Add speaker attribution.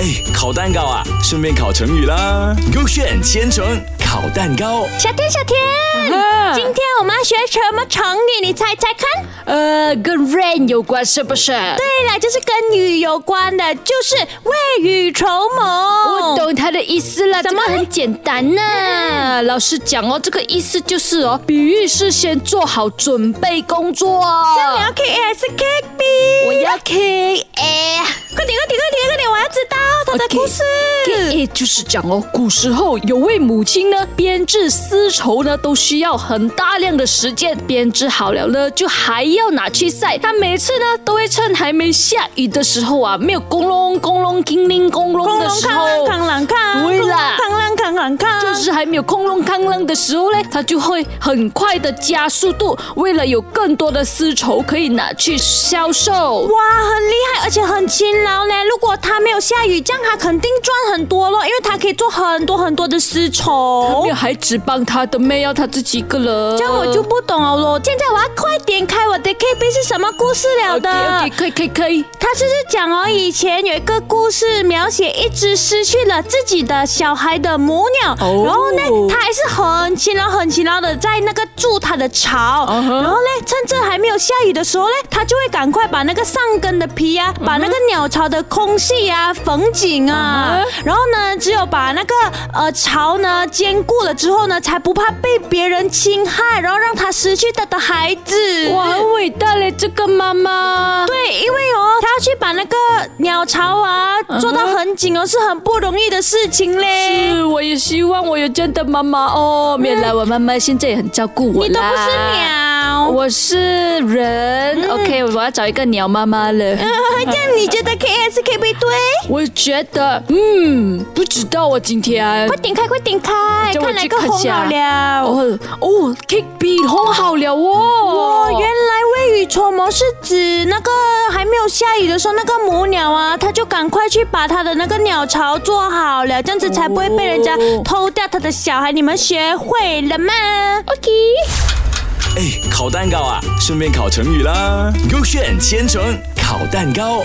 Speaker 1: 哎，烤蛋糕啊，顺便烤成语啦。勾选千层烤蛋糕，
Speaker 2: 小天，小天，
Speaker 3: 啊
Speaker 2: 今天我们要学什么成语？你猜猜看。
Speaker 3: 呃，跟 rain 有关是不是？对，
Speaker 2: 对了，就是跟雨有关的，就是未雨绸缪。
Speaker 3: 我懂他的意思了，
Speaker 2: 怎么
Speaker 3: 这个很简单
Speaker 2: 嗯
Speaker 3: 呢、老师讲哦，这个意思就是哦，比喻是先做好准备工作。
Speaker 2: 你要 K A 还是 K B？
Speaker 3: 我要 K A。
Speaker 2: 快点，快点，快点，快点！我要知道他的
Speaker 3: OK，
Speaker 2: 故事。
Speaker 3: K A 就是讲哦，古时候有位母亲呢，编织丝绸呢，都需要很大量的时间。编织好了呢，就还要拿去晒。她每次呢，都会趁还没下雨的时候啊，没有轰隆轰隆叮铃轰隆的时候，
Speaker 2: 扛啷扛，
Speaker 3: 对啦
Speaker 2: 扛啷扛啷扛，
Speaker 3: 就是还没有空隆康啷的时候呢，它就会很快的加速度，为了有更多的丝绸可以拿去销售。
Speaker 2: 哇，很厉害，而且很勤劳呢。如果他没有下雨，这样他肯定赚很多咯，因为他可以做很多很多的丝绸
Speaker 3: 没有。还只帮他的妹，要他自己一个人。
Speaker 2: 这样我就不懂了咯。现在我要快点开我的 K B 是什么故事了的？
Speaker 3: OK，可以可以可以。
Speaker 2: 他就是讲哦，以前有一个故事，描写一只失去了自己的小孩的母鸟，
Speaker 3: 哦
Speaker 2: 然后呢，它还是很勤劳、很勤劳的在那个筑它的巢
Speaker 3: 嗯哼
Speaker 2: 然后呢，趁着还没有下雨的时候呢，它就会赶快把那个上根的皮
Speaker 3: 嗯
Speaker 2: 啊把那个鸟巢的空隙啊缝紧啊
Speaker 3: 嗯
Speaker 2: 然后呢，只有把那个呃巢呢坚固了之后呢，才不怕被别人侵害，然后让它失去它的孩子。
Speaker 3: 哇，很伟大嘞，这个妈妈。
Speaker 2: 对，因为哦，他要去把那个鸟巢啊
Speaker 3: 嗯哼
Speaker 2: 做到很紧哦，是很不容易的事情嘞。
Speaker 3: 是，我也希望我有这样的妈妈哦。原来我妈妈现在也很照顾我
Speaker 2: 你都
Speaker 3: 啦。
Speaker 2: 不是鸟，
Speaker 3: 我是人。OK，我要找一个鸟妈妈了。
Speaker 2: 这样你觉得 K S K 不对？
Speaker 3: 我觉得，嗯，不知道啊，今天。
Speaker 2: 快点开，快点开，
Speaker 3: 叫我
Speaker 2: 看哪
Speaker 3: 去
Speaker 2: 个
Speaker 3: 看一
Speaker 2: 红
Speaker 3: 下
Speaker 2: 好了。
Speaker 3: 哦哦，K B 烘好了哦。
Speaker 2: 哦，原来未雨绸缪是指那个还没有下雨的时候，那个母鸟啊，它就赶快去把它的那个鸟巢做好了，这样子才不会被人家
Speaker 3: 哦
Speaker 2: 偷掉它的小孩。你们学会了吗？OK。
Speaker 1: 哎，烤蛋糕啊，顺便烤成语啦。勾选千层烤蛋糕。